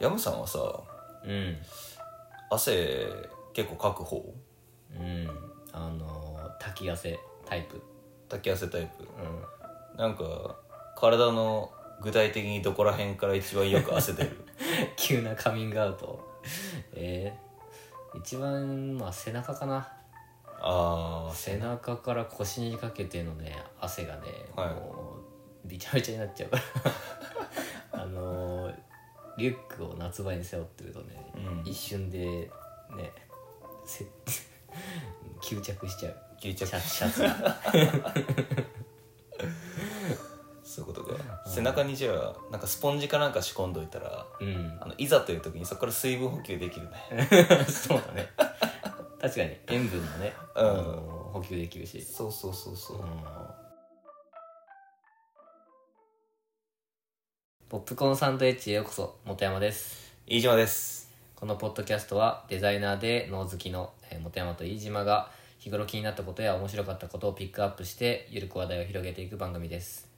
山さんはさうん汗結構かく方うんあのー滝汗タイプ炊き汗タイプうんなんか体の具体的にどこら辺から一番よく汗出る 急なカミングアウトえー、一番まあ背中かなああ背中から腰にかけてのね汗がね、はいもうびちゃびちゃになっちゃうから あのーリュックを夏場に背負ってるとね、うん一瞬でねせ 吸着しちゃう吸シ着ャシャ ツがそういうことか背中にじゃあなんかスポンジかなんか仕込んどいたらうんあのいざという時にそこから水分補給できるね そうだね確かに塩分もね、うんあのー補給できるし、そうそうそうそううんポップコーンサンドイッチへようこそ本山です飯島ですこのポッドキャストはデザイナーで脳好きのえー本山と飯島が日頃気になったことや面白かったことをピックアップしてゆるく話題を広げていく番組です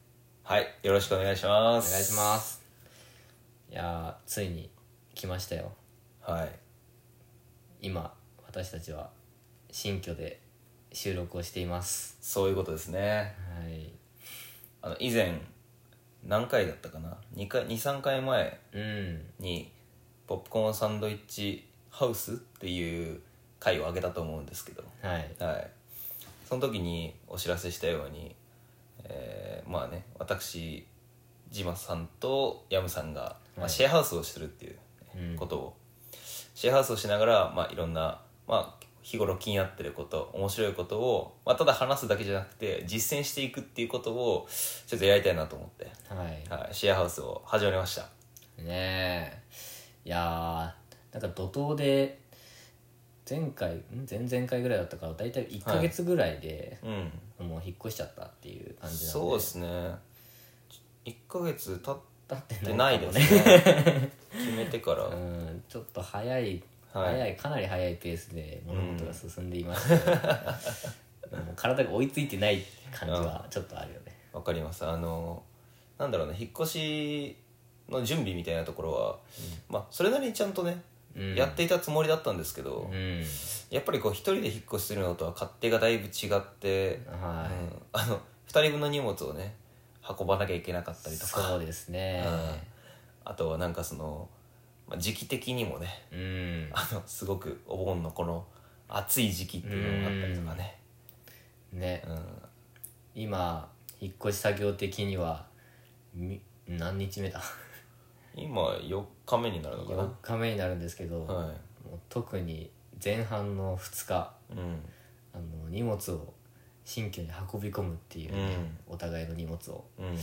はいよろしくお願いしまおす願いしますいやーついに来ましたよはい今私たちは新居で収録をしていますそういうことですねはいあの以前何回だったかな23回前うんにポップコーンサンドイッチハウスっていう回をあげたと思うんですけどはいはい、その時にお知らせしたように、えーまあね私ジマさんとヤムさんが、まはあ、いシェアハウスをするっていううんことを、シェアハウスをしながら、まあ、いろんな、まあ、日頃気になってること面白いことを、まあ、ただ話すだけじゃなくて実践していくっていうことをちょっとやりたいなと思って、はいはい、シェアハウスを始めましたねえいやーなんか怒涛で前回ん前々回ぐらいだったから大体1ヶ月ぐらいで、うんもう引っ越しちゃったっていう感じなんでそうですね1ヶ月経っだっててなないいかもでねすね決めてから、うんちょっと早はい、い早いかなり早いペースで物事が進んでいまして、 もう体が追いついてない感じはちょっとあるよねわかりますあのなんだろうね引っ越しの準備みたいなところは、まあそれなりにちゃんとね、うんやっていたつもりだったんですけど、うんやっぱりこう一人で引っ越しするのとは勝手がだいぶ違って、はうんあの二人分の荷物をね運ばなきゃいけなかったいりとか、そうですねうんあとはなんかその、まあ、時期的にもねうんあのすごくお盆のこの暑い時期っていうのがあったりとかね、ねうん今引っ越し作業的にはみ何日目だ今4日目になるのか4日目になるんですけど、なはもう特に前半の2日いうんあの荷物を新居に運び込むっていうね、お互いの荷物をうん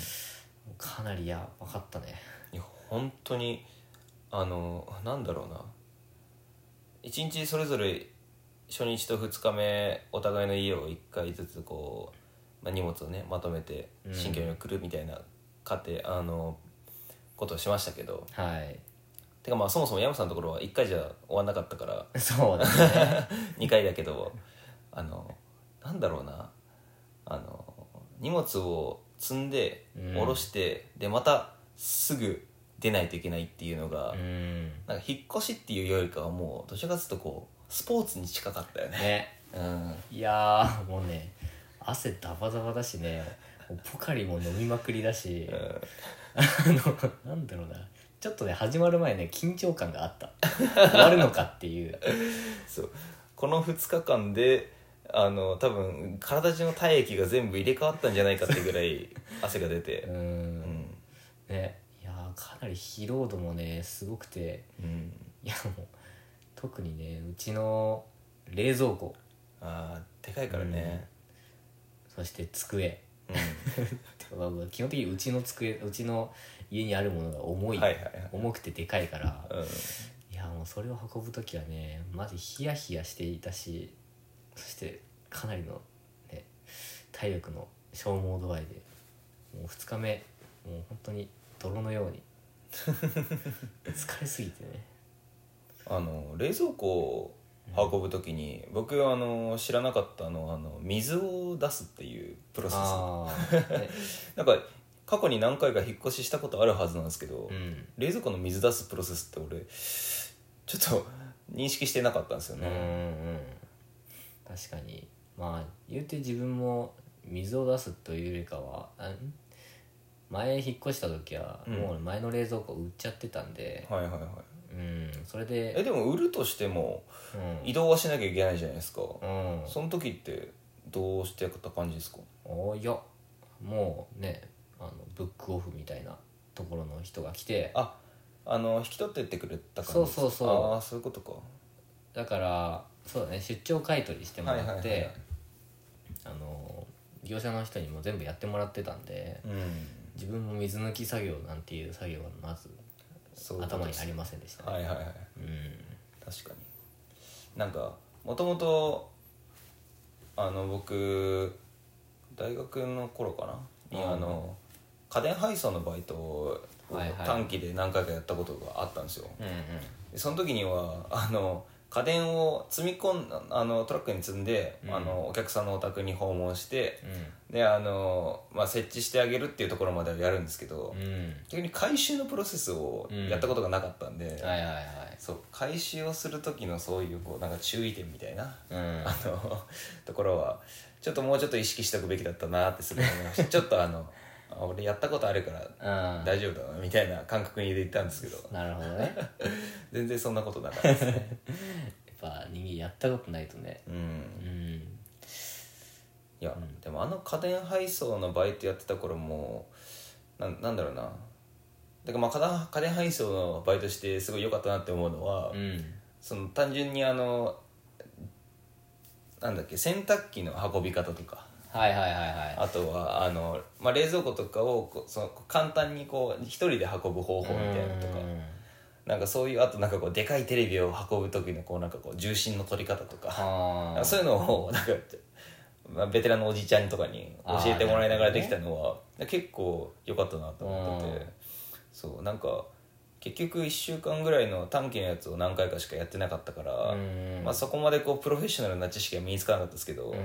かなりやばかったねいや本当にあのなんだろうな1日それぞれ初日と2日目お互いの家を1回ずつこう、まあ、荷物をねまとめてうん新居に送るみたいな過程、あのことをしましたけどはい てかまあそもそも山さんのところは1回じゃ終わんなかったからそうですね2回だけどあのなんだろうなあの荷物を積んでうん下ろして、でまたすぐ出ないといけないっていうのが、うんなんか引っ越しっていうよりかはもうどちらかというとこうスポーツに近かったよねねうんいやーもうね汗ダバダバだしねもうポカリも飲みまくりだし、あのなんだろうなちょっとね始まる前ね緊張感があった終わるのかっていうそうこの2日間であの多分体中の体液が全部入れ替わったんじゃないかってぐら い汗が出てうんうん、ねいやーかなり疲労度もねすごくてうん、いやもう特にねうちの冷蔵庫あーでかいからねそして机うん、まあまあ基本的にうちの机うちの家にあるものが重い、はいはいはい重くてでかいからうんいやもうそれを運ぶ時はねマジヒヤヒヤしていたしそしてかなりの、ね、体力の消耗度合いでもう2日目もう本当に泥のように 疲れすぎてねあの冷蔵庫運ぶ時に、僕あの知らなかったのはあの水を出すっていうプロセスああ、ね、なんか過去に何回か引っ越ししたことあるはずなんですけ ど、うん冷蔵庫の水出すプロセスって俺ちょっと認識してなかったんですようんうんね、うん確かにまあ言うて自分も水を出すというよりかはあん前引っ越した時はうんもう前の冷蔵庫売っちゃってたんではいはいはいうん、それえで、でも売るとしてもうん移動はしなきゃいけないじゃないですか、うん、その時ってどうしてた感じですかおいやもうねあのブックオフみたいなところの人が来てああの引き取ってってくれた感じそうそうそうああそういうことかだからそうだね出張買い取りしてもらって、はいはいはいはいあの業者の人にも全部やってもらってたんでうん自分も水抜き作業なんていう作業はまずそういうこと頭にあでりませんでしすたね、はいはいはいうん確かになんかもともとあの僕大学の頃かなにうんあの家電配送のバイトをはいはい短期で何回かやったことがあったんですよ、うんうんでその時にはあの家電を積み込んだあのトラックに積んで、うんあのお客さんのお宅に訪問してうであの、まあ、設置してあげるっていうところまではやるんですけど、ん逆に回収のプロセスをやったことがなかったんで、うんはいはいはいそう回収をする時のそういうこうなんか注意点みたいな、うんあのところはちょっともうちょっと意識しておくべきだったなってすごい思いましたちょっとあのあ俺やったことあるからうん大丈夫だなみたいな感覚に入れてたんですけどなるほどねやっ全然そんなことなかったですねぱ人間やったことないとねうんうんいや、でもあの家電配送のバイトやってた頃もなんなんだろうなだからまあ家電家電配送のバイトしてすごい良かったなって思うのは、うんその単純にあのなんだっけ洗濯機の運び方とかはいはいはいはいあとはあの、まあ、冷蔵庫とかをこうその簡単にこう一人で運ぶ方法みたいなのとかうんなんかそういうあとなんかこうでかいテレビを運ぶ時のこうなんかこう重心の取り方とかあそういうのを なんか、まあ、ベテランのおじいちゃんとかに教えてもらいながらできたのは、結構良かったなと思ってて、うんそうなんか結局1週間ぐらいの短期のやつを何回かしかやってなかったから、うんまあ、そこまでこうプロフェッショナルな知識は身につかなかったですけど、うん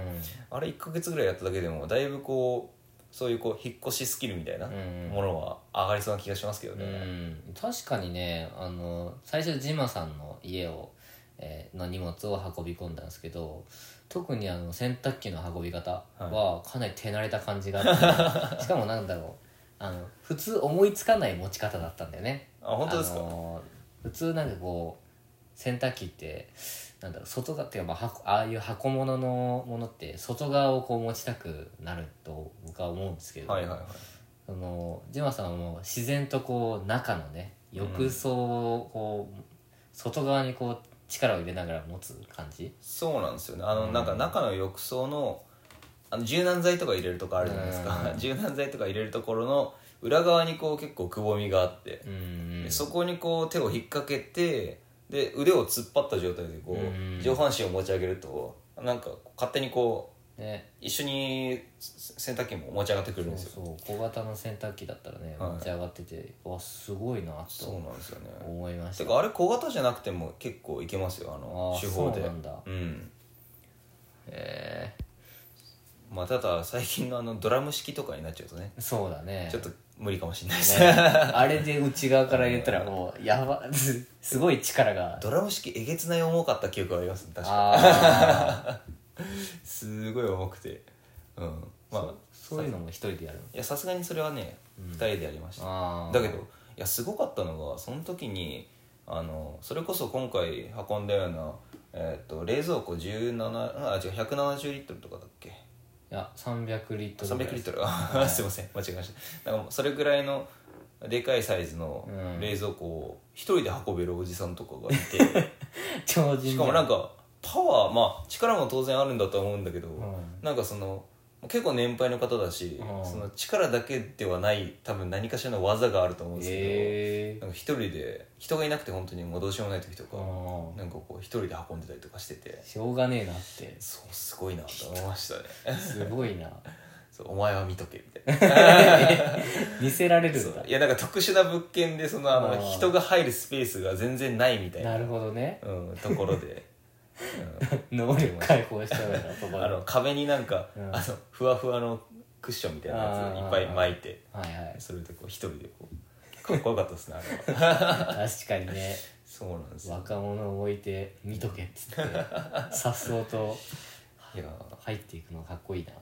あれ1ヶ月ぐらいやっただけでもだいぶこうそういうこう引っ越しスキルみたいなうんものは上がりそうな気がしますけどうね。ん確かにねあの最初ジマさんの家を、えーの荷物を運び込んだんですけど特にあの洗濯機の運び方はかなり手慣れた感じがあって、しかもなんだろうあの普通思いつかない持ち方だったんだよねあ本当ですか、あの普通なんかこう洗濯機ってなんだろう外側っていうか、まあ、箱ああいう箱物のものって外側をこう持ちたくなると僕は思うんですけど、はいはいはいそのジマさんはもう自然とこう中のね浴槽をこう、外側にこう力を入れながら持つ感じそうなんですよねあの、うんなんか中の浴槽のあの柔軟剤とか入れるとこあるじゃないですか、う ん柔軟剤とか入れるところの裏側にこう結構くぼみがあってう、んでそこにこう手を引っ掛けてで腕を突っ張った状態でこう、うん上半身を持ち上げるとなんか勝手にこうね一緒に洗濯機も持ち上がってくるんですよそうそう小型の洗濯機だったらね、はい持ち上がっててわすごいなそうとなんですよね思いましてたかあれ小型じゃなくても結構いけますよああのー手法でそうなんだうんえまあただ最近のあのドラム式とかになっちゃうとねーそうだねちょっと無理かもしれない ですねねあれで内側から入れたらもうやば すごい力がドラム式えげつない重かった記憶がありますね確かああすごい重くてうん まあそういうのも一人でやるのいやさすがにそれはね2人でやりましたあーだけどいやすごかったのがその時にあのそれこそ今回運んだような、えー、と冷蔵庫17あ違う170リットルとかだっけいや300リットルぐらい300リットルあ すいません間違えましたなんかそれぐらいのでかいサイズのうん冷蔵庫を一人で運べるおじさんとかがいて、 超人しかもなんかかパワーまあ力も当然あるんだとは思うんだけど、んなんかその結構年配の方だし、うんその力だけではない多分何かしらの技があると思うんですけど、ええなんか一人で人がいなくて本当にもうどうしようもない時とか、ー、うんなんかこう一人で運んでたりとかしててしょうがねえ なってそうすごいなと思いましたねすごいなそうお前は見とけみたいな見せられるそんだういやなんか特殊な物件でそのああのー人が入るスペースが全然ないみたいな なるほどねうん、ところで能力解放したようなそばあの壁になんか、うんあのふわふわのクッションみたいなやついっぱい巻いてはいはいそれでこう一人でこうかっこよかったですねあれは確かにねそうなんですよ若者を置いて見とけっつってさっそうといや入っていくのかっこいいな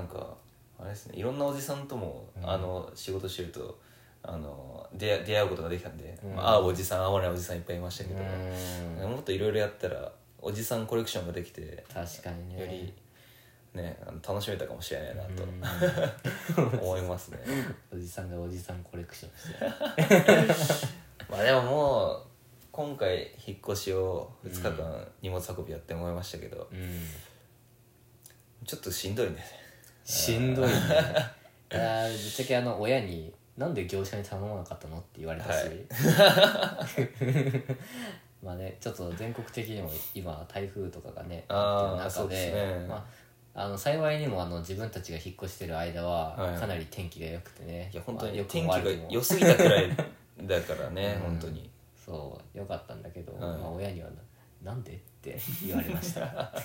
なんかあれですねいろんなおじさんとも、うんあの仕事してるとあの出会出会うことができたんで、うんまあ、会うおじさん会わないおじさんいっぱいいましたけど、うんもっといろいろやったらおじさんコレクションができてよ確かにねりねあの楽しめたかもしれないなとうん思い ますね おじさんがおじさんコレクションしてまあでももう今回引っ越しを2日間荷物運びやって思いましたけど、うんちょっとしんどいねしんどいね いやーぶっちゃけあの親に「なんで業者に頼まなかったの?」って言われたし、は まあねちょっと全国的にも今台風とかがねあーあってそる中うでですねまあ、あの幸いにもあの自分たちが引っ越してる間ははいかなり天気が良くてね、いや本当まあに良く天気もが悪くも良すぎたくらいだからね うん本当にそう良かったんだけど、はいまあ、親にはな「なんで?」って言われました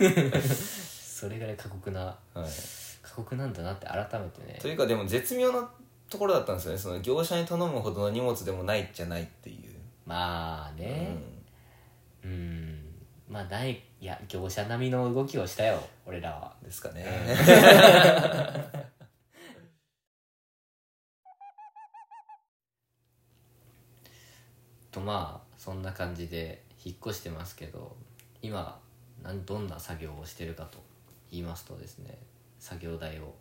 それぐらい過酷なはい過酷なんだなって改めてねというかでも絶妙なところだったんですよねその業者に頼むほどの荷物でもないじゃないっていう、まあね、うんうーんまあないいや業者並みの動きをしたよ俺らはですかね、とまあそんな感じで引っ越してますけど今なんどんな作業をしてるかと言いますとですね作業台を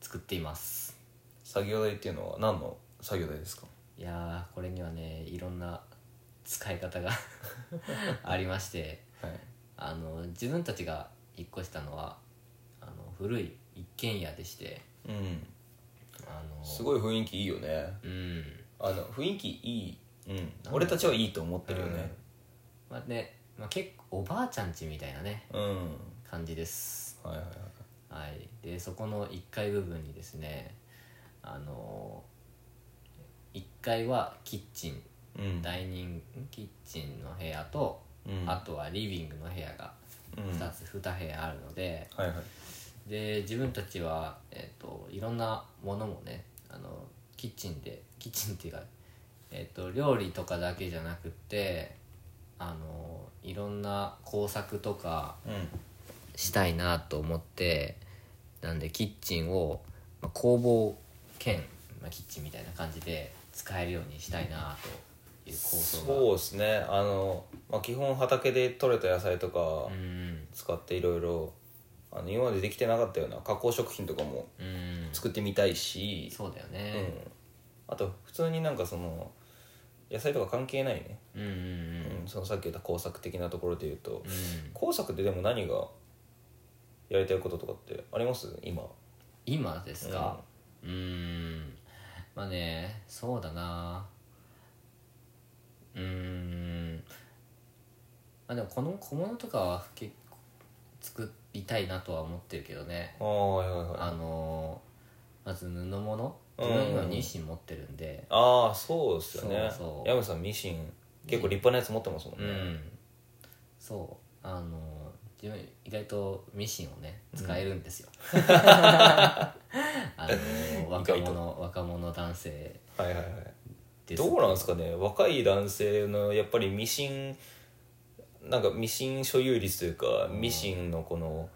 作っています 作業台っていうのは何の作業台ですかいやーこれにはねいろんな使い方が ありましてはいあの自分たちが引っ越したのはあの古い一軒家でしてうんあのすごい雰囲気いいよねうんあの雰囲気いい、うん、俺たちはいいと思ってるよねまあね、まあ、結構おばあちゃん家みたいなねうん、感じですはいはいはいはいでそこの1階部分にですねあの1階はキッチンうんダイニングんキッチンの部屋と、うんあとはリビングの部屋がうん2つ2部屋あるのではいはいで自分たちは、えっといろんなものもねあのキッチンでキッチンっていうか、えっと料理とかだけじゃなくってあのいろんな工作とかうしたいなと思ってなんでキッチンを、まあ工房兼、まあキッチンみたいな感じで使えるようにしたいなというん構想がそうですねあの、まあ、基本畑で採れた野菜とかうん使っていろいろあの今までできてなかったような加工食品とかもうん作ってみたいし、そうだようね、あと普通になんかその野菜とか関係ないね、うん、うんうんうん、そのさっき言った工作的なところで言うとうんうん工作ででも何がやりたいこととかってあります今今ですかうーんまあねそうだなうーんまあでもこの小物とかは結構作りたいなとは思ってるけどねああはいはいはいあのーまず布物うん自分今ニシン持ってるんでああそうですよねそうそうヤムさんミシン結構立派なやつ持ってますもんうね、んそうあのー自分意外とミシンをね使えるんで すよ、あのー意若外と者若者男性はいはいはいですどうなんですかね若い男性のやっぱりミシンなんかミシン所有率というかミシンのこの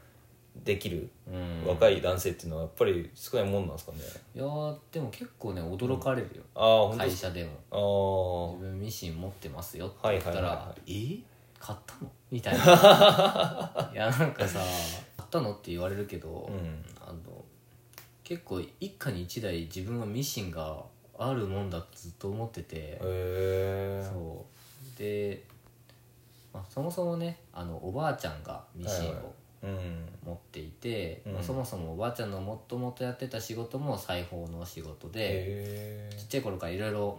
できるうん若い男性っていうのはやっぱり少ないもんなんですかねいやーでも結構ね驚かれるよ、ああ本当会です社であもあ自分ミシン持ってますよって言ったらは「いはいはえ買ったの?」みたいな いやなんかさ「買ったの?」って言われるけど、うんあの結構一家に一台自分はミシンがあるもんだってずっと思っててへ、えそうで、まあ、そもそもねあのおばあちゃんがミシンはいはいをうん持っていて、うんまあ、そもそもおばあちゃんのもっともとやってた仕事も裁縫の仕事で。へえちっちゃい頃からいろいろ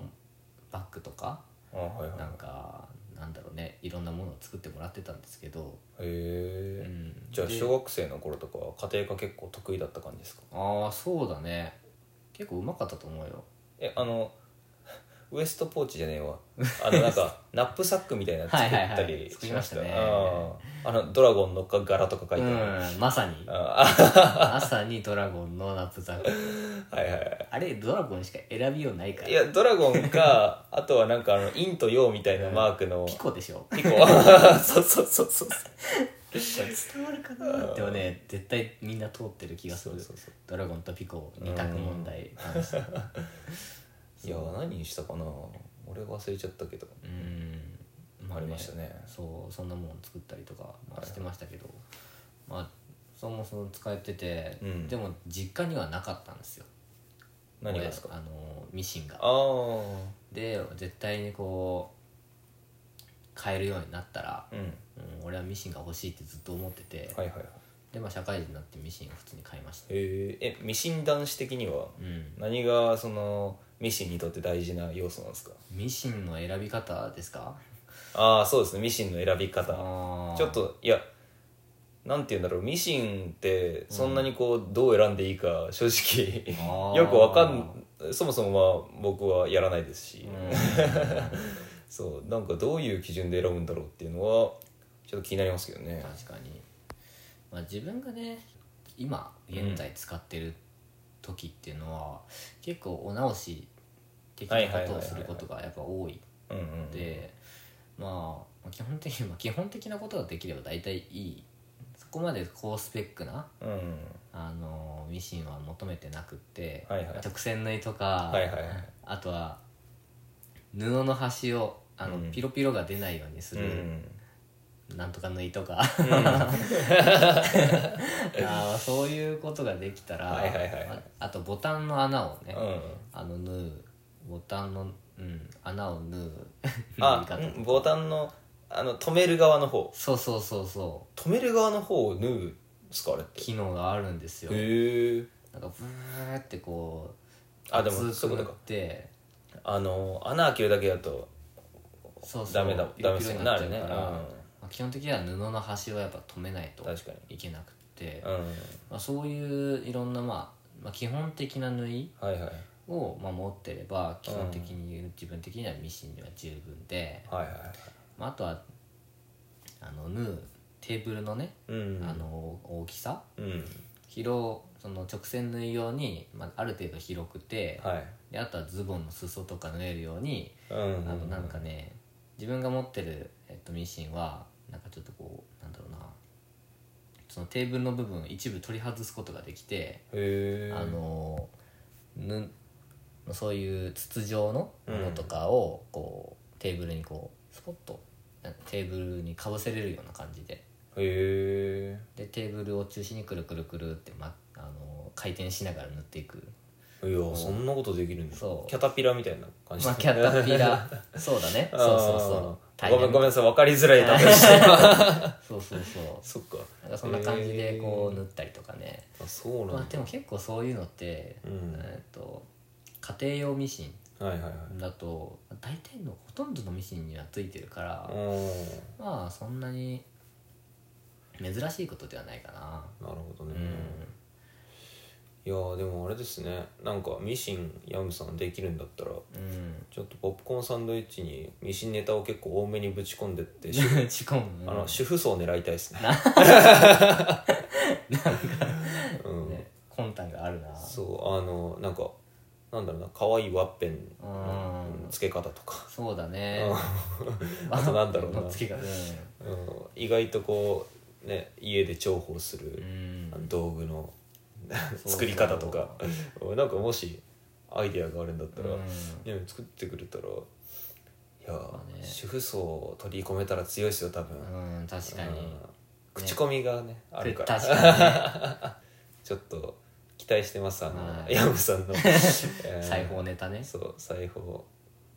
バッグとかあはいはいなんかなんだろうねいろんなものを作ってもらってたんですけど、へえうんじゃあで小学生の頃とかは家庭科結構得意だった感じですかああそうだね結構うまかったと思うよえあの ウエストポーチじゃねえ わあのなんかナップサックみたいなの作っはいたはいはいり作しりままししたたねうんあのドラゴンの柄とか書いてある、うんまさ にあまさにドラゴンのナップザックあはいはいはあれドラゴンしか選びようないからいいやドラゴン かあとはなんかあの陰と陽みたいなマークのピコでしょピコそうそう そう そう伝わるかなでもね絶対みんな通ってる気がするそうそうそうドラゴンとピコ二択問題 いや何したかな俺忘れちゃったけどうんありましたねそうそんなもん作ったりとか、まあ、してましたけど、まあそもそも使ってて、うんでも実家にはなかったんですよ何がですか親あのミシンがああで絶対にこう買えるようになったら、うんうん、俺はミシンが欲しいってずっと思ってて、はいはいはいでまあ社会人になってミシンを普通に買いましたへええミシン男子的にはうん何がそのミシンにとって大事な要素なんですかミシンの選び方ですかああそうですねミシンの選び方あーちょっといやなんて言うんだろうミシンってそんなにこう、どう選んでいいか正あ直ーよくわかんそもそもまあ僕はやらないですし、そうなんかどういう基準で選ぶんだろうっていうのはちょっと気になりますけどね確かに、まあ、自分がね今現在使ってる時っていうのは、結構お直し的なはいはいはいことはいをすることがやっぱ多いうんうんのでまあ基本的に、まあ、基本的なことができれば大体いいそこまで高スペックなうんうんあのミシンは求めてなくって、はいはい直線縫いとか、はいはいはいあとは布の端をあの、うんピロピロが出ないようにすうる、んなんとか縫いとか あーそういうことができたら、はいはいはいはいああとボタンの穴をね、うんあの縫うボタンの、うん、穴を縫うあ縫い方うんボタンのあの止める側の方そうそうそうそう止める側の方を縫うんですかあれって機能があるんですよへえなんかブーってこうあでも厚そういくう縫こっとかてあの穴開けるだけだとそうそうダメだピロダメピそロうにななっちるゃうねから、まあ、基本的には布の端はやっぱ止めないと確かにいけなくてう、んまあ、そういういろんな、まあ、まあ基本的な縫いはいはいを守ってれば基本的に自分的にはミシンには十分で、はいはいまあ、あとはあの縫うテーブルのね、うんあの大きさうん広その直線縫い用に、まあ、ある程度広くて、はいであとはズボンの裾とか縫えるように、うんあのなんかね自分が持ってる、えっと、ミシンはなんかちょっとこうなんだろうなそのテーブルの部分一部取り外すことができて、へえあのぬそういう筒状のものとかをこう、テーブルにこうスポッとなんかテーブルにかぶせれるような感じでへえでテーブルを中心にくるくるくるって、ま、あの回転しながら塗って いく、いやそんなことできるんですそうキャタピラみたいな感じまあ、キャタピラそうだね あそーうそうそう大ごめん変ごめんなさい分かりづらい例えしてそうそうそうそっかなんかそんな感じでこう塗ったりとかね、うあそうまなあ、んでだも結構そういうのって、うんえー、と家庭用ミシはいはいはいンだと大体のほとんどのミシンにはついてるから、うんまあそんなに珍しいことではないかななるほどうねん、いやでもあれですねなんかミシンヤムさんできるんだったらうんちょっとポップコーンサンドイッチにミシンネタを結構多めにぶち込んで ってし打ち込むあの主婦層狙いたいですねうんね魂胆があるなそうあのなんかなんだろうな可愛いワッペンうんの付け方とか、そうだね うんあとなんだろうなのっつけがうん意外とこうね家で重宝すうるん、あの道具のそう作り方とかなんかもしアイデアがあるんだったら、うんね作ってくれたらいやー、まあね主婦層を取り込めたら強いですよ多分、うん、確かうにん口コミがねあるから確かにねちょっと期待してますあはのいヤムさ んの えー裁縫ネタねそう裁縫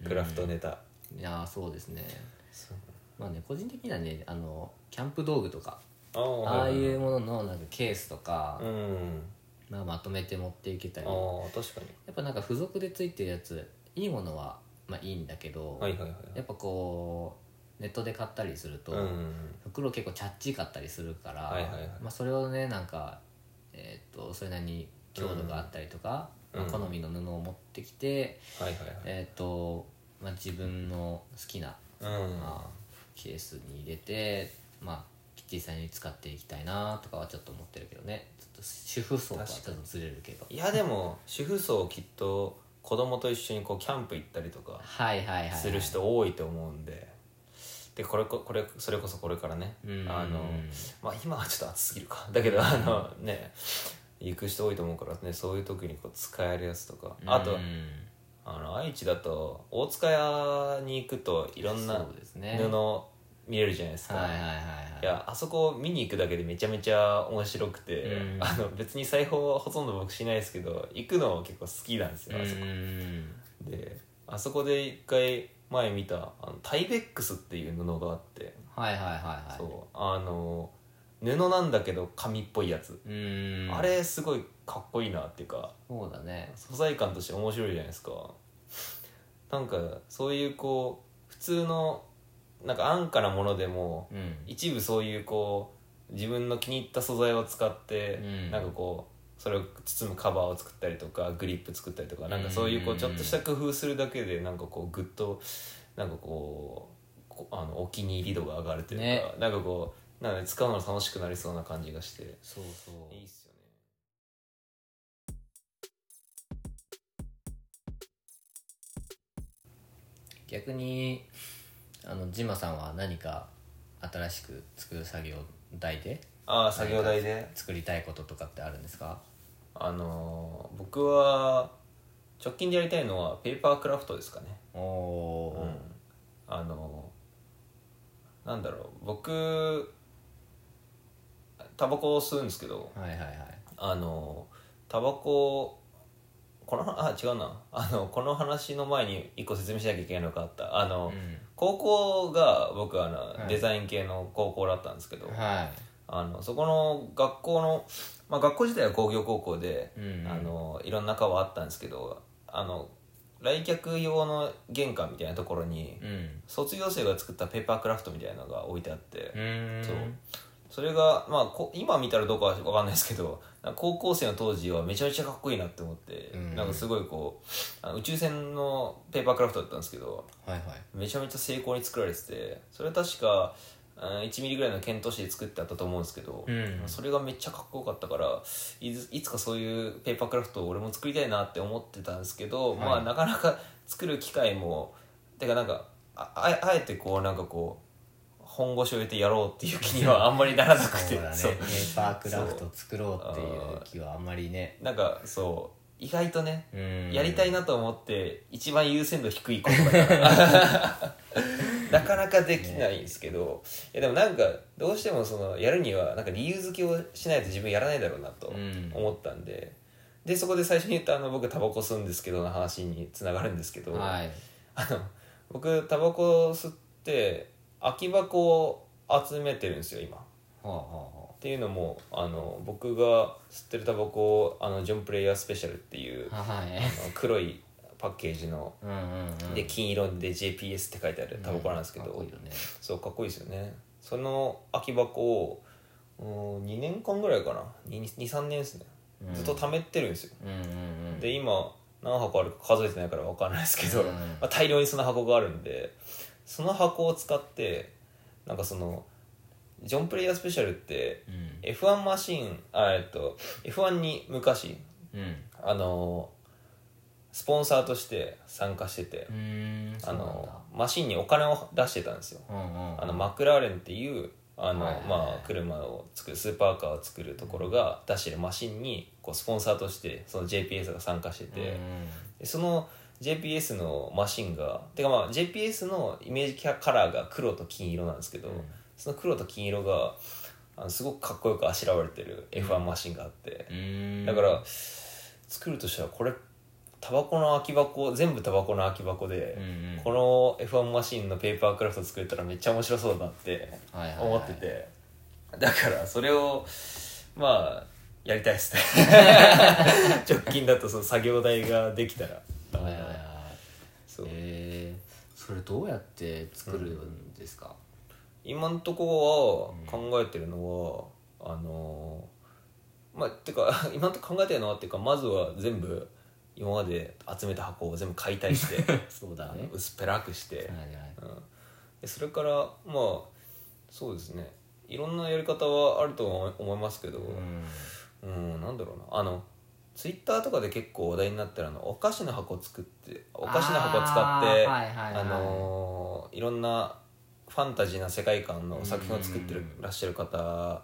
クラフトネタ、いやーそうですねそうまあね個人的にはねあのキャンプ道具とかあーああはいいうもののなんかケースとかう、んまあ、まとめて持っていけたありやー確かにっぱなんか付属でついてるやついいものはまあいいんだけど、はいはいはいやっぱこうネットで買ったりすると、うん袋結構チャッチーかったりするから、はいはいはいまあ、それをねなんか、えーっとそれなりに強度があったりとか、うんまあ好みの布を持ってきて、はいはいはいえーっとまあ、自分の好きな、うんまあ、ケースに入れて、まあ、実際に使っていきたいなとかはちょっと思ってるけどねちょっと主婦層とは確ちょっとずれるけどいやでも主婦層きっと子供と一緒にこうキャンプ行ったりとかはいはいはい、はい、する人多いと思うんで、でこれここれそれこそこれからねうんあのまあ今はちょっと暑すぎるか だけどあのね行く人多いと思うからねそういう時にこう使えるやつとかあとうんあの愛知だと大塚屋に行くといろんなそうですね布見れるじゃないですか、はいはいはいはいいやあそこ見に行くだけでめちゃめちゃ面白くて、うんあの別に裁縫はほとんど僕しないですけど行くの結構好きなんですよ、あそこうんであそこで一回前見たあのタイベックスっていう布があって、はいはいはいはいそうあの布なんだけど紙っぽいやつ、うんあれすごいかっこいいなっていうかそうだね素材感として面白いじゃないですかなんかそういうこう普通のなんか安価なものでもうん一部そういうこう自分の気に入った素材を使って、うんなんかこうそれを包むカバーを作ったりとかグリップ作ったりとかなんかそういうこううんちょっとした工夫するだけでなんかこうグッとなんかこうこあのお気に入り度が上がるというか、ねなんかこうなんかね使うの楽しくなりそうな感じがしてそうそういいっすよね。逆にあのジマさんは何か新しく作る作業台でああ作業台で作りたいこととかってあるんですかあのー僕は直近でやりたいのはペーパークラフトですかねおうおん、あのなんだろう僕タバコを吸うんですけどー、はいはいはいあのタバコこのあ違うなあのこの話の前に一個説明しなきゃいけないのがあったあの、うん高校が僕あの、いデザイン系の高校だったんですけど、はあのそこの学校の、まあ、学校自体は工業高校で、いうんあのいろんな川あったんですけどあの来客用の玄関みたいなところにうん卒業生が作ったペーパークラフトみたいなのが置いてあって、うーんそうそれが、まあ、こ今見たらどうかは分かんないですけどなんか高校生の当時はめちゃめちゃかっこいいなって思って、うんなんかすごいこうあの宇宙船のペーパークラフトだったんですけどはいはいめちゃめちゃ精巧に作られててそれは確かうん1ミリぐらいの検討紙で作ってあったと思うんですけど、うんそれがめっちゃかっこよかったからいずいつかそういうペーパークラフトを俺も作りたいなって思ってたんですけど、はいまあなかなか作る機会もてかなんかああえあえてこうなんかこう本腰を入れてやろうっていう気にはあんまりならなくてそうだねペそうーパークラフト作ろうっていう気はあんまりねなんかそう意外とねうんやりたいなと思って一番優先度低いことだから なかなかできないんですけど、いやでもなんかどうしてもそのやるにはなんか理由付けをしないと自分やらないだろうなとうん思ったんで、でそこで最初に言ったあの僕タバコ吸うんですけどの話につながるんですけど、はいあの僕タバコ吸って空き箱を集めてるんですよ今。ほうほっていうのもあの僕が吸ってるタバコをあのジョン・プレイヤースペシャルっていううほうはいあの黒いパッケージのうんうんうんで金色で JPS って書いてあるタバコなんですけど、うかっこいいよねそうかっこいいですよねその空き箱を2年間ぐらいかな23年ですねうんずっと貯めてるんですよ、うんうんうんで今何箱あるか数えてないから分かんないですけど、うんまあ、大量にその箱があるんでその箱を使ってなんかそのジョン・プレイヤースペシャルってうん F1 マシンあえっと F1 に昔うんあのスポンサーとして参加しててう、ーんあそうなんだのマシンにお金を出してたんですよ、うんうんあのマクラーレンっていうあの、はいはいはいまあ、車を作るスーパーカーを作るところが出してるマシンにこうスポンサーとしてその JPS が参加してて、でその JPS のマシンがてかまあ JPS のイメージカラーが黒と金色なんですけど、うんその黒と金色があのすごくかっこよくあしらわれてる F1 マシンがあって、うんうんだから作るとしたらこれタバコの空き箱全部タバコの空き箱でうん、うんこの F1 マシンのペーパークラフト作れたらめっちゃ面白そうだなってはいはいはい思っててだからそれをまあやりたいです ね直近だとその作業台ができたらはいはいはいそうえーそれどうやって作るんですか、今んとこは考えてるの は、あのーまあてか今んとこ考えてるのはっていうかまずは全部今まで集めた箱を全部解体して そうあだのね薄っぺらくしてはい、はいうんでそれからまあそうですねいろんなやり方はあるとは思いますけど、うんうん、なんだろうなあのツイッターとかで結構話題になったらあのお菓子の箱作ってお菓子の箱使ってああ、ーはいはいはいのーいろんなファンタジーな世界観の作品を作ってるうんらっしゃる方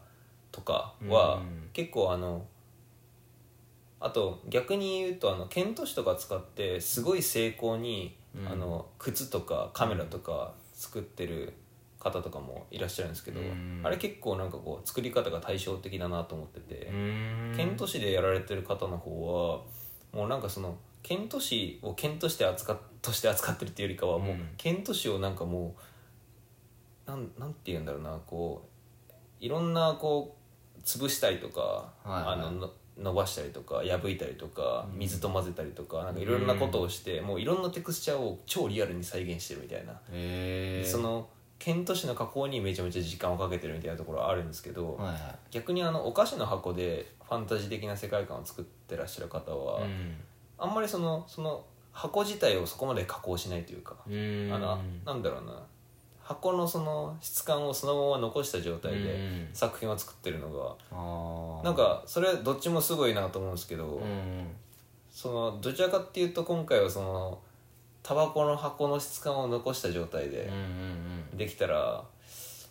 とかはうん結構あのあと逆に言うとあの剣都市とか使ってすごい精巧に、うんあの靴とかカメラとか作ってる方とかもいらっしゃるんですけど、うんあれ結構なんかこう作り方が対照的だなと思ってて。うん県都市でやられてる方の方はもうなんかその県都市を県として扱っとして扱ってるっていうよりかはもううん県都市をなんかもうなんなんて言うんだろうなこういろんなこう潰したりとか、はいはいあのの伸ばしたりとか破いたりとかうん水と混ぜたりとかなんかいろんなことをして、もういろんなテクスチャーを超リアルに再現してるみたいな、へえその県都市の加工にめちゃめちゃ時間をかけてるみたいなところはあるんですけど、はいは逆にあのお菓子の箱でファンタジー的な世界観を作ってらっしゃる方は、いうんあんまりそのその箱自体をそこまで加工しないというか、うんあのなんだろうな箱のその質感をそのまま残した状態うでん作品を作ってるのが、あーなんかそれどっちもすごいなと思うんですけど、うんそのどちらかっていうと今回はそのタバコの箱の質感を残した状態うんでうんうんできたら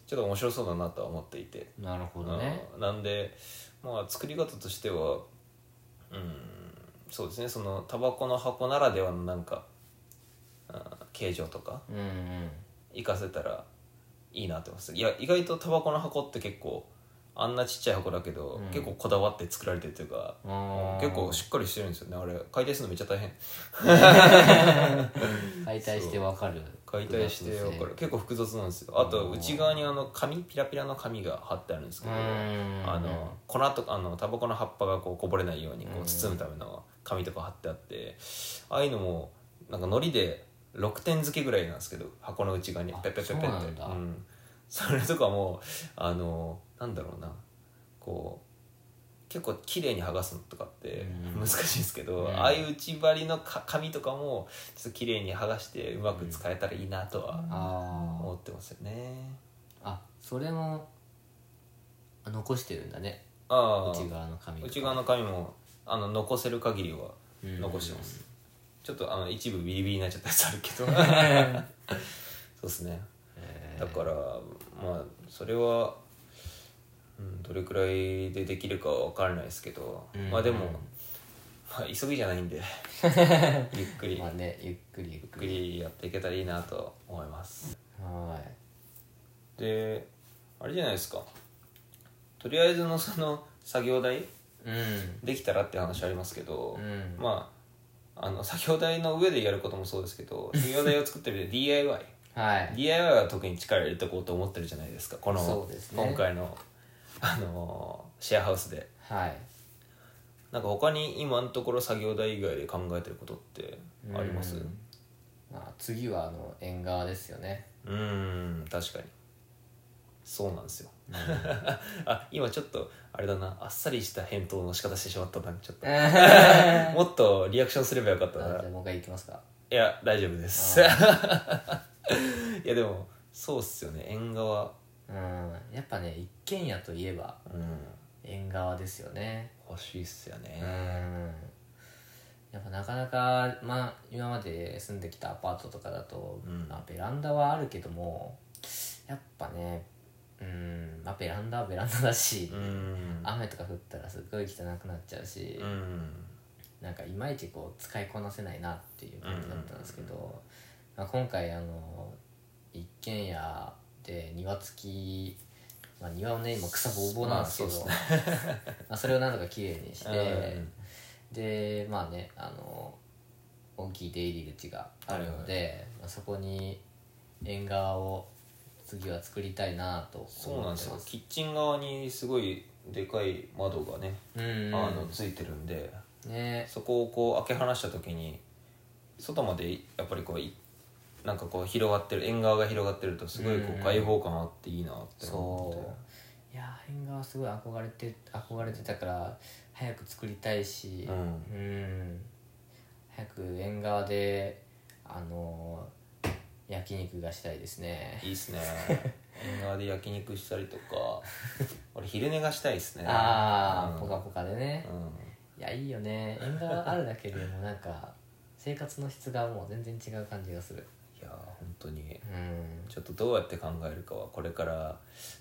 ちょっと面白そうだなとは思っていて。なるほどねうんなんでまあ作り方としてはうんそうですねそのタバコの箱ならではのなんかあ形状とかうんうん活かせたらいいなって思いますいや意外とタバコの箱って結構あんなちっちゃい箱だけど、うん結構こだわって作られてるというか、あー結構しっかりしてるんですよねあれ解体するのめっちゃ大変解体してわかる解体してわかる結構複雑なんですよあと内側にあの紙ピラピラの紙が貼ってあるんですけうど、んあの粉とかあのタバコの葉っぱがこうこぼれないようにこうんう包むための紙とか貼ってあってああいうのもなんか糊で6点付けぐらいなんですけど箱の内側にあペッペッペッペッそうっなんてだんそれとかもあのなんだろうなこう結構綺麗に剥がすのとかってうん難しいですけど、うんああいう内張りのか紙とかもちょっと綺麗に剥がしてうまく使えたらいいなとはあー思ってますよね。あそれもあ残してるんだねああ内側の紙とか内側の紙もあの残せる限りはうん残してます、ちょっとあの一部ビリビリになっちゃったやつあるけ どそうですねえだからまあそれは、うん、どれくらいでできるかは分からないですけど、うんまあでも、まあ、急ぎじゃない んでゆっくりーゆまっあねゆっくりゆっくくりりやっていけたらいいなと思いますはであれじゃないですかとりあえずのその作業台ーいうんできたらって話ありますけど、うんまああの作業台の上でやることもそうですけ ど作業台を作ってる DIYDIY はいは特に力入れておこうと思ってるじゃないですかこのそうですね今回の、あのーシェアハウスではいなんか他に今のところ作業台以外で考えてることってありますうんまあ次はあの縁側ですよ ねうーん確かにそうなんですよ あ今ちょっとあれだなあっさりした返答の仕方してしまったなちょっともっとリアクションすればよかったあじなゃあもう一回いきますかいや大丈夫ですい やでもそうっすよね縁側うんやっぱね一軒家といえばうん縁側ですよね欲しいっすようねんやっぱなかなか、まあ、今まで住んできたアパートとかだと、うんまあ、ベランダはあるけどもやっぱねうん、まあ、ベランダはベランダだし、うん雨とか降ったらすごい汚くなっちゃうし、うんなんかいまいちこう使いこなせないなっていう感じだったんですけど、まあ、今回あの一軒家で庭付き、まあ、庭をね今草ぼうぼうなんですけど、ままああ それをなんとか綺麗にして、うんでまあねあの大きい出入り口があるので、まあ、そこに縁側を次は作りたいなと思ってますそうなんですよキッチン側にすごいでかい窓がね、うんあのついてるんでねそこをこう開け放した時に外までやっぱりこういなんかこう広がってる縁側が広がってるとすごいこうんう開放感あっていいなって思ってそういやー縁側すごい憧れて憧れてたから早く作りたいしうんうん早く縁側であの焼肉がしたいですねいいっすね縁側で焼肉したりとか俺昼寝がしたいっすねああ、うんポカポカでね、ういやいいよね縁側あるだけでもなん か生活の質がもう全然違う感じがするんいやー本当にうんちょっとどうやって考えるかはこれから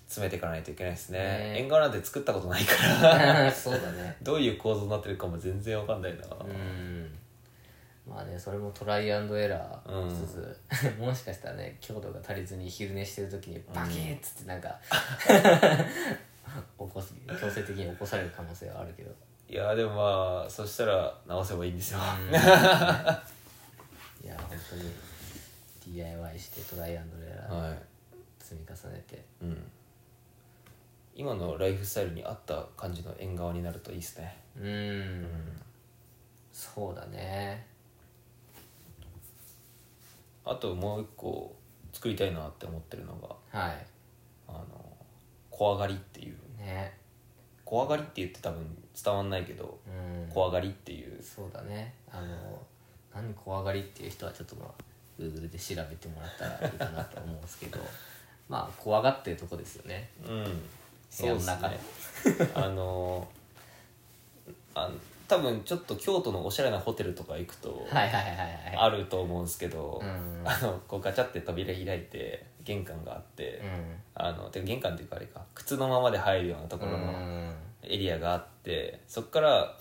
詰めていかないといけないですねね縁側なんて作ったことないから そうだねどういう構造になってるかも全然わかんないな、うんまあねそれもトライアンドエラーしつつ、 もしかしたらね強度が足りずに昼寝してる時にバキッつってなんか、 起こす強制的に起こされる可能性はあるけど、いやーでもまあそしたら直せばいいんですよ、いや本当に DIY してトライアンドエラーはい積み重ねて、うん今のライフスタイルに合った感じの縁側になるといいですねうん、そうだねあともう一個作りたいなって思ってるのがはいあの小上がりっていうね小上がりって言って多分伝わんないけどうん小上がりっていうそうだねあの何怖がりっていう人はちょっとまあ Google で調べてもらったらいいかなと思うんですけど まあ怖がってるとこですよねうん部屋の中でそうっすねあのあの多分ちょっと京都のおしゃれなホテルとか行くとはいはいはいはいはいあると思うんですけど、うんあのこうガチャって扉開いて玄関があって、うんあのてか玄関っていうかあれか靴のままで入るようなところうのんエリアがあってそっから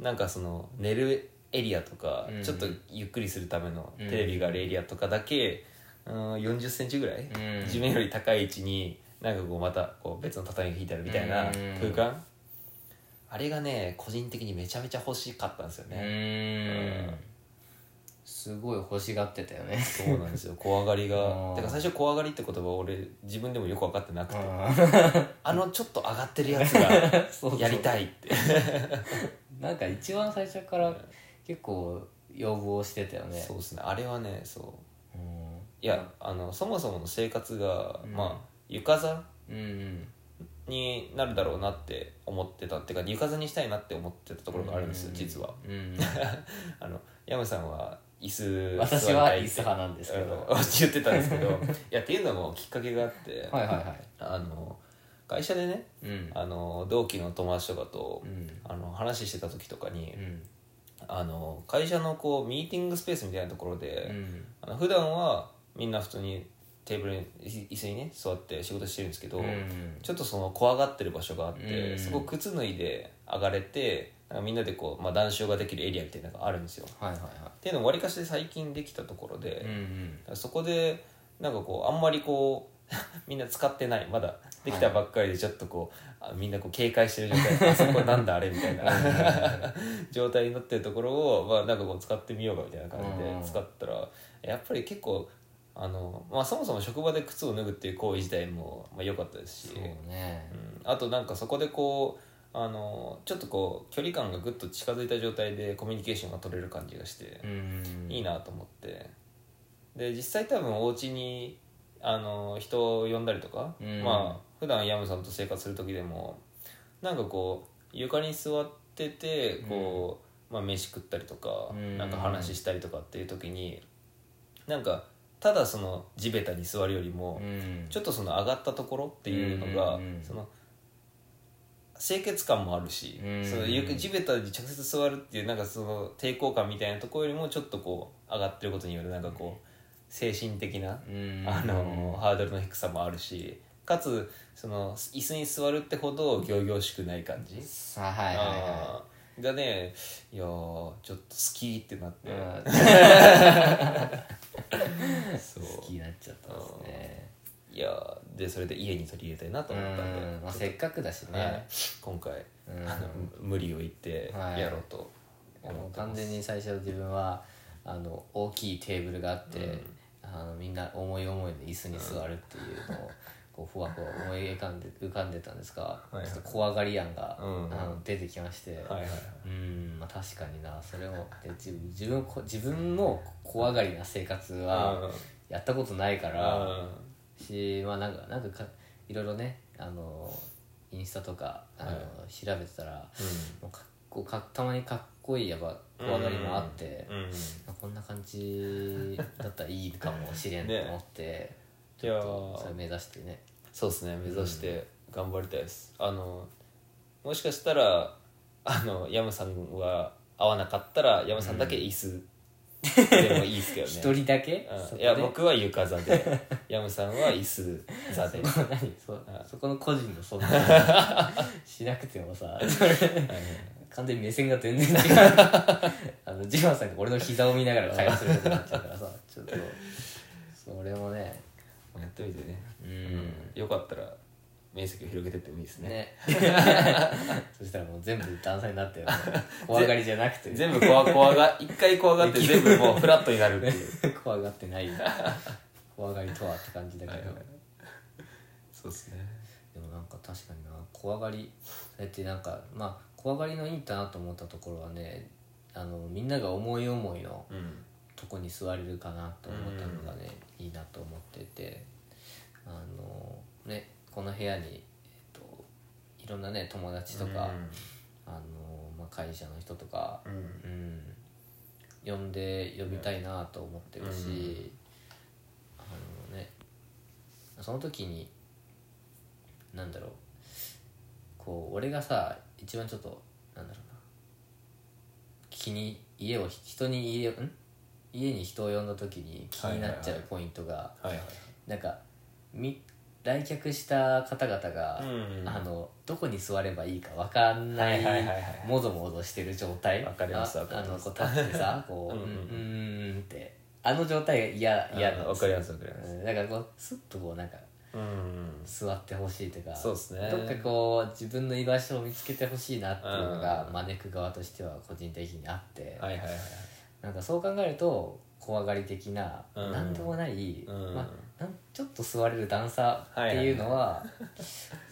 なんかその寝るエリアとか、うんちょっとゆっくりするためのうんテレビがあるエリアとかだけ、うん、4 0ンチぐらい、うん地面より高い位置になんかこうまたこう別の畳が引いてあるみたいなうん空間、あれがね個人的にめちゃめちゃ欲しかったんですようね、んうんすごい欲しがってたよねそうなん ですよ怖がりうがんてか最初怖がりって言葉俺自分でもよく分かってなくて、うあのちょっと上がってるやつがん そうそうやりたいってなんか一番最初から結構要望してたよねそうですねあれはねそううんいやあのそもそもの生活が、うんまあ床座うんうんになるだろうなって思ってたっていうか床座にしたいなって思ってたところがあるんですよ実は うんうんあのヤムさんは椅 子私座りはたい椅っ子て派なんですけどあの言ってたんですけ どいやっていうのもきっかけがあって、はいはいはあの会社でねいうんあの同期の友達とかと、うんあの話してた時とかに、うんあの会社のこうミーティングスペースみたいなところで、うんあの普段はみんな普通にテーブルに椅椅子にね座って仕事してるんですけど、うんちょっとその怖がってる場所があって、うんそこ靴脱いで上がれてなんかみんなでこう、まあ、談笑ができるエリアみたいなのがあるんですよ。っはいはいはていうのもわりかし最近できたところで、いうんうんだからそこでなんかこうあんまりこう みんな使ってないまだできたばっかりでちょっとこう、あみんなこう警戒してる状態 あそこなんだあれみたいな 状態になってるところを、まあ、なんかこう使ってみようかみたいな感じうんで使ったらやっぱり結構あの、まあ、そもそも職場で靴を脱ぐっていう行為自体もまあ、良かったですしそうねうんあとなんかそこでこうあのちょっとこう距離感がぐっと近づいた状態でコミュニケーションが取れる感じがして。うんいいなと思ってで実際多分お家にあの人を呼んだりとか、うんまあ普段ヤムさんと生活する時でもなんかこう床に座っててこう、まあ、飯食ったりとか、うんなんか話したりとかっていう時になんかただその地べたに座るよりも、うんちょっとその上がったところっていうのが、うんうんうんその清潔感もあるし、うんそのよく地べたに直接座るっていうなんかその抵抗感みたいなところよりもちょっとこう上がってることによるなんかこう精神的な、うんあのハードルの低さもあるしかつその椅子に座るってほど仰々しくない感じ、さあはいはいはあーがねいやーちょっと好きってなって、いそううん好きになっちゃったんですねいやーでそれで家に取り入れたいなとう思ったんで、んまあせっかくだしはいね、今回うんあの無理を言ってはいやろうと思もっうてま完す、全に最初自分はあの大きいテーブルがあって、うんあのみんな思い思いで椅子に座るっていうのをこうふわふわ思い浮かんで浮かんでたんですが、いはいちょっと怖がり案が、うんあの出てきまして、はいはいはい、うんまあ確かになそれもで自分自分こ自分の怖がりな生活はやったことないから、しまあなんかなんかかいろいろねあのインスタとかあの、はい調べてたら、うもうかこうかたまにかっこいいやっぱ怖がりもあって、うんうんまあこんな感じだったらいいかもしれんと思って、いやそれー目指してねそうですね目指して頑張りたいです、あのもしかしたらあのヤムさんは合わなかったらヤムさんだけ椅 子でもいいですけどね一人だけ、うんそこいでや僕は床座 でヤムさんは椅子座そでこ何そあそこの個人の 存在しなくてもさ それ完全に目線が全然違う あのジマさんが俺の膝を見ながら会話することになっちゃうからさちょっとそれもねやってみてね、うんよかったら面積を広げてってもいいですね ねそしたらもう全部段差になって怖がりじゃなくて全部怖怖 が一回怖がって全部もうフラットになるっていう 怖がってない怖がりとはって感じだけど、はいはい そうですねでもなんか確かにな怖がりだってなんかまあ怖がりのいいだなと思ったところはねあのみんなが思い思いのうんとこに座れるかなと思ったのがね、いいなと思っててあのねこの部屋に、えっと、いろんなね友達とか、あのまあ、会社の人とかうん、うんうん、呼んで呼びたいなと思ってるし、あのねその時になんだろうこう俺がさ一番ちょっとなんだろうな気に家を人に家をん家に人を呼んだ時に気になっはいはいちゃはういポイントが、はいはいなんかみ来客した方々が、うんあのどこに座ればいいかわかんなはいはいはいはいいもぞもぞしてる状態わかりますあわかりますあのこう立って さこううんうんうんうんうんってあの状態が嫌嫌なんわですかりよますわかりますうんなんかこうスッとこうなんかうん座ってほしいというかそうっすねどっかこう自分の居場所を見つけてほしいなっていうのが、うん招く側としては個人的にあって、はいはいはいなんかそう考えると怖がり的な、うんなんでもない、うんまあ、なんちょっと座れる段差っていうのは、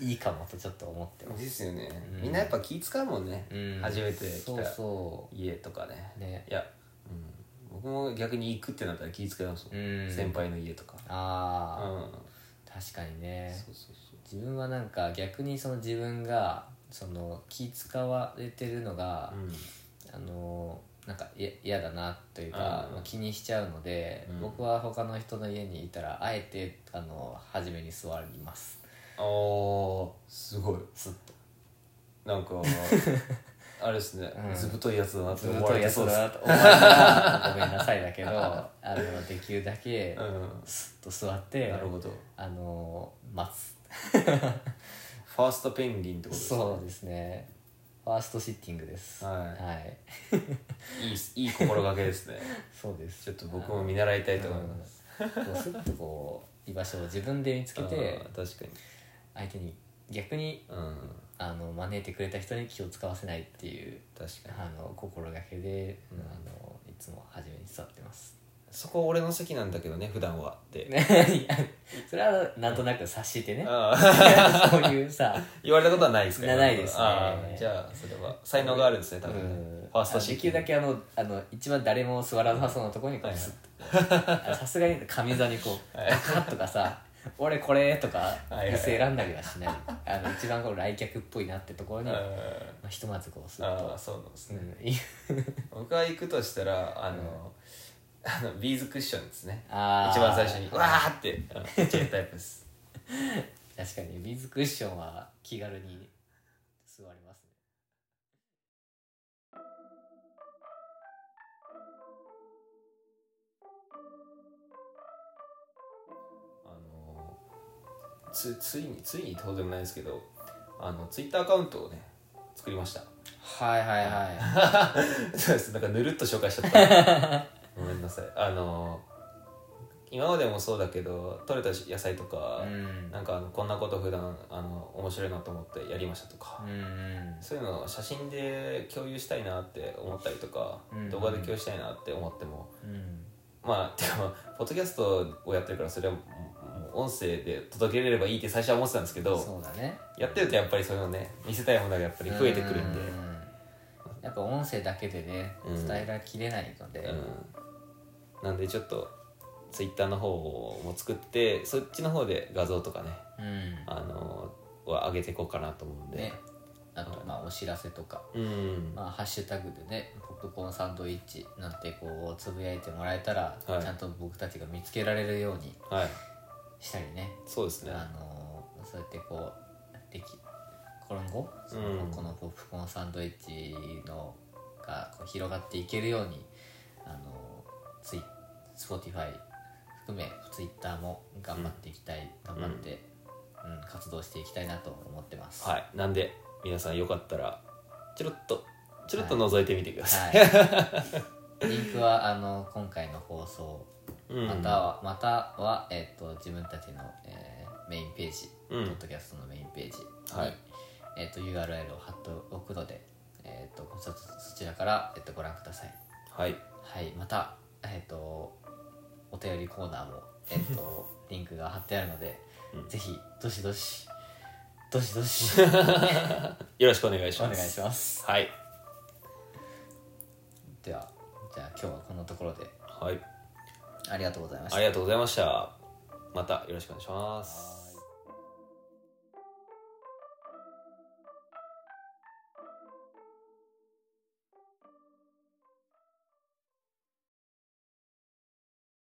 いいかもとちょっと思ってます。ですよねうんみんなやっぱ気使うもんねうん、初めて来そうたそ家とかねうねいやうん僕も逆に行くってなったら気使いますもんうん先輩の家とかうんああ、確かにねそうそうそう自分はなんか逆にその自分がその気使われてるのが、うんあのーなんかいや嫌だなというか、うんまあ気にしちゃうので、うん僕は他の人の家にいたらあえてあの初めに座りますああすごいスッとなん かあれですね、うんずぶといやつだなってずっ思わとれてやそそううです だなと思われたらごめんなさいだけどあのできるだけうスッと座ってん、なるほどあの待つファーストペンギンってことですねそうですねファーストシッティングです、はいいいいい心がけです ねそうですちょっと僕も見習いたいと思いますすスッとこう居場所を自分で見つけあてー確かに相手に逆にうんあの招いてくれた人に気を使わせないっていう確かにあの心がけで、うんあのいつも初めに座ってますそこ俺の席なんだけどね普段はって、ね それはなんとなく察してねああ そういうさ言われたことはないですかないですねあーじゃあそれは才能があるんですね多分ねうんファーストあシでッきるだけあのあの一番誰も座らなさそうなところにこうスッとあさすがに上座にこう「はいカッ」とかさ「俺これ」とかはいはい椅子選んだりはし ないあの一番こう来客っぽいなってところに、うんまあ、ひとまずこうスッあとあ。そうなんですうね、ん、いい僕が行くとしたらあの,、あのビーズクッションですねあー一番最初にわーってうん言っちゃうタイプです確かにビーズクッションは気軽に座りますねあのつついについにってほどでもないですけどあのツイッターアカウントをね作りました はいはいはそうですなんかぬるっと紹介しちゃった ごめんなさいあの今までもそうだけど取れた野菜とか、うんなんかあのこんなこと普段あの面白いなと思ってやりましたとか、うんそういうのを写真で共有したいなって思ったりとか、うん動画で共有したいなって思ってもうんまあてか まあポッドキャストをやってるからそれはもう音声で届けれればいいって最初は思ってたんですけどそうだねやってるとやっぱりそういうのね見せたいものがやっぱり増えてくるんでうんやっぱ音声だけでねうん伝えらきれないので、うん、なんでちょっとツイッターの方も作ってそっちの方で画像とかねうんあのは上げていこうかなと思うんで、ねあとまあお知らせとか、うんまあ、ハッシュタグでね「ポップコーンサンドイッチ」なんてこうつぶやいてもらえたら、はいちゃんと僕たちが見つけられるようにはいしたりね、そうですねあのーそうやってこうでき今後、うんこのポップコーンサンドイッチのがこう広がっていけるようにあのーツイ Spotify 含め Twitter も頑張っていきたい、ん頑張って、うん、活動していきたいなと思ってます。はいなんで皆さんよかったらちょろっとちょろっと覗いてみてください、はい、 リンクはあの今回の放送うんまたは,、またはえっと自分たちの、えーメインページ、うんポッドキャストのメインページに、はいえっと URL を貼っておくので、えっとそそちらから、えっとご覧ください、はいはい、また、えっとお便りコーナーも、えっと リンクが貼ってあるので、ぜひどしどしどしど しよろしくお願いしおま願いすしますはいではじゃあ今日はこんなところではいありがとうございましたありがとうございましたまたよろしくお願いします